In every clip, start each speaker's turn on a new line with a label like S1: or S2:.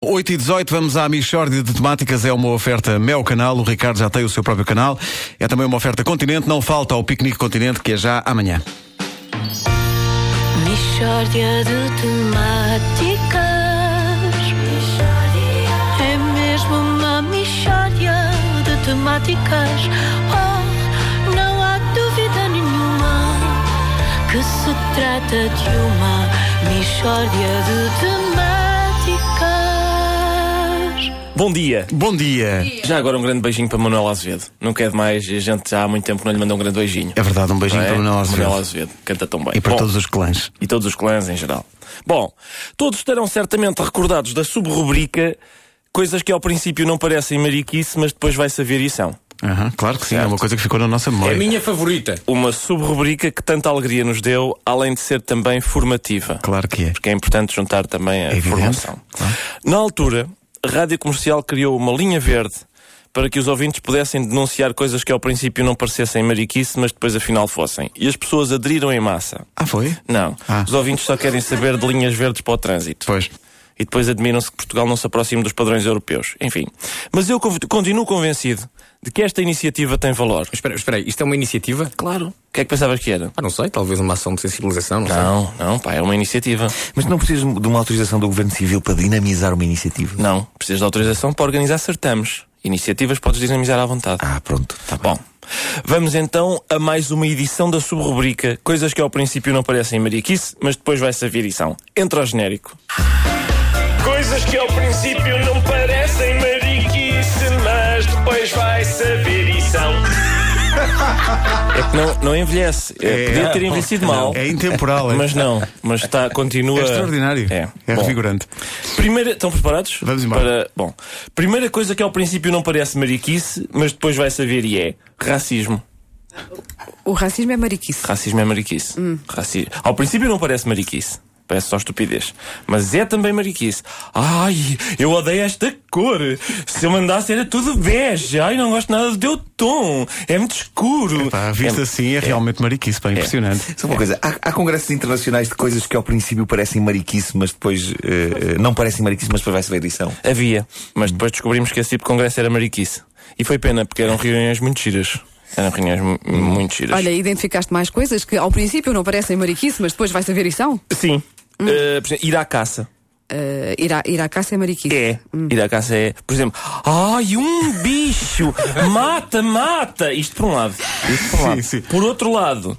S1: 8 e 18, vamos à Michórdia de Temáticas, é uma oferta Mel Canal, o Ricardo já tem o seu próprio canal, é também uma oferta Continente, não falta ao Piquenique Continente, que é já amanhã.
S2: Mishória de temáticas É mesmo uma mishória de temáticas Oh, não há dúvida nenhuma Que se trata de uma mishória de temáticas
S3: Bom dia.
S1: Bom dia.
S3: Já agora um grande beijinho para Manuel Azevedo. Não quer demais, a gente já há muito tempo que não lhe mandou um grande beijinho.
S1: É verdade, um beijinho
S3: Não é?
S1: para o Manuel Azevedo.
S3: Manuel Azevedo. Canta tão bem.
S1: E para
S3: Bom,
S1: todos os clãs.
S3: e todos os clãs em geral. Bom, todos estarão certamente recordados da subrubrica Coisas que ao princípio não parecem mariquice, mas depois vai saber e são.
S1: Aham, claro que sim, é uma coisa que ficou na nossa
S4: É
S1: memória.
S4: a minha favorita.
S3: Uma subrubrica que tanta alegria nos deu, além de ser também formativa.
S1: Claro que é.
S3: porque é importante juntar também a
S1: Evidente,
S3: formação. Na altura, a Rádio Comercial criou uma linha verde para que os ouvintes pudessem denunciar coisas que ao princípio não parecessem mariquice, mas depois afinal fossem. E as pessoas aderiram em massa.
S1: Ah, foi?
S3: Não,
S1: Ah.
S3: os ouvintes só querem saber de linhas verdes para o trânsito.
S1: Pois.
S3: E depois admiram-se que Portugal não se aproxime dos padrões europeus. Enfim. Mas eu conv- continuo convencido de que esta iniciativa tem valor.
S4: Espera, espera aí, isto é uma iniciativa?
S3: Claro. O que é que pensavas que era?
S4: Ah, não sei, talvez uma ação de sensibilização, não, sei.
S3: Não, não, pá, é uma iniciativa.
S5: Mas não precisas de uma autorização do Governo Civil para dinamizar uma iniciativa?
S3: Não, precisas de autorização para organizar certames. Iniciativas podes dinamizar à vontade.
S5: Ah, pronto.
S3: Tá bom. Vamos então a mais uma edição da subrubrica Coisas que ao princípio não parecem mariquice, mas depois vai saber e são. Entra ao genérico.
S6: Coisas que ao princípio não parecem mariquice, mas depois vai saber e são.
S3: É que não, não envelhece. É,
S1: É,
S3: podia ter envelhecido mal.
S1: É intemporal, é.
S3: Mas não, mas está, continua.
S1: É extraordinário.
S3: É,
S1: é
S3: Bom,
S1: revigorante.
S3: primeira, estão preparados?
S1: Vamos embora.
S3: Para- bom, primeira coisa que ao princípio não parece mariquice, mas depois vai saber e é racismo.
S7: O racismo é mariquice. Hum.
S3: Racismo é mariquice. Raci- Ao princípio não parece mariquice. Parece só estupidez. Mas é também mariquice. Ai, eu odeio esta cor. Se eu mandasse era tudo bege. Ai, não gosto nada do teu tom. É muito escuro.
S1: Pá, visto
S3: É-
S1: assim, é realmente mariquice, pá, impressionante.
S5: Só uma coisa, há, há congressos internacionais de coisas que ao princípio parecem mariquice, mas depois eh, eh, não parecem mariquice, mas depois vai saber edição.
S3: Havia. Mas depois descobrimos que esse tipo de congresso era mariquice. E foi pena, porque eram reuniões muito giras. Eram reuniões mu- muito giras.
S7: Olha, identificaste mais coisas que ao princípio não parecem mariquice, mas depois vai saber e são.
S3: Sim. Eh, por exemplo, ir à caça.
S7: Eh, ir, à, ir à caça é mariquice.
S3: É. Ir à caça é, por exemplo, ai, um bicho! Mata, mata! Isto por um lado. Isto por um
S1: Sim,
S3: lado.
S1: sim.
S3: Por outro lado,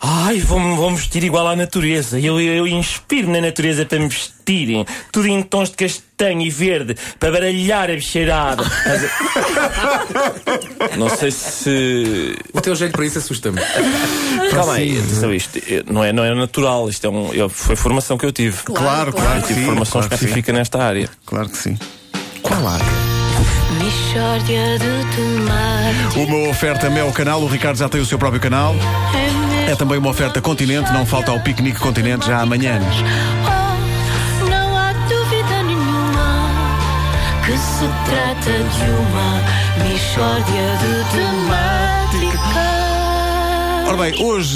S3: ai, vou-me vou-me vestir igual à natureza. Eu, eu, eu inspiro na natureza para me vestirem. Tudo em tons de castanho e verde, para baralhar a bicheirada. Mas- Não sei se.
S4: O teu um jeito para isso assusta-me.
S3: Calma aí,
S1: Uhum.
S3: atenção, isto eh, não é, não é natural. Isto é um, eu- foi formação que eu tive.
S1: Claro, claro,
S3: Eu
S1: que
S3: tive
S1: sim.
S3: formação
S1: claro que sim.
S3: específica nesta área.
S1: Claro que sim.
S2: Mishória de temáticas
S1: Uma oferta Mel Canal, o Ricardo já tem o seu próprio canal.
S2: É mesmo
S1: É também uma oferta Continente, não falta ao Piquenique Continente já amanhã.
S2: Oh, não há dúvida nenhuma que se trata de uma mistória de temáticas.
S1: Ora bem, hoje.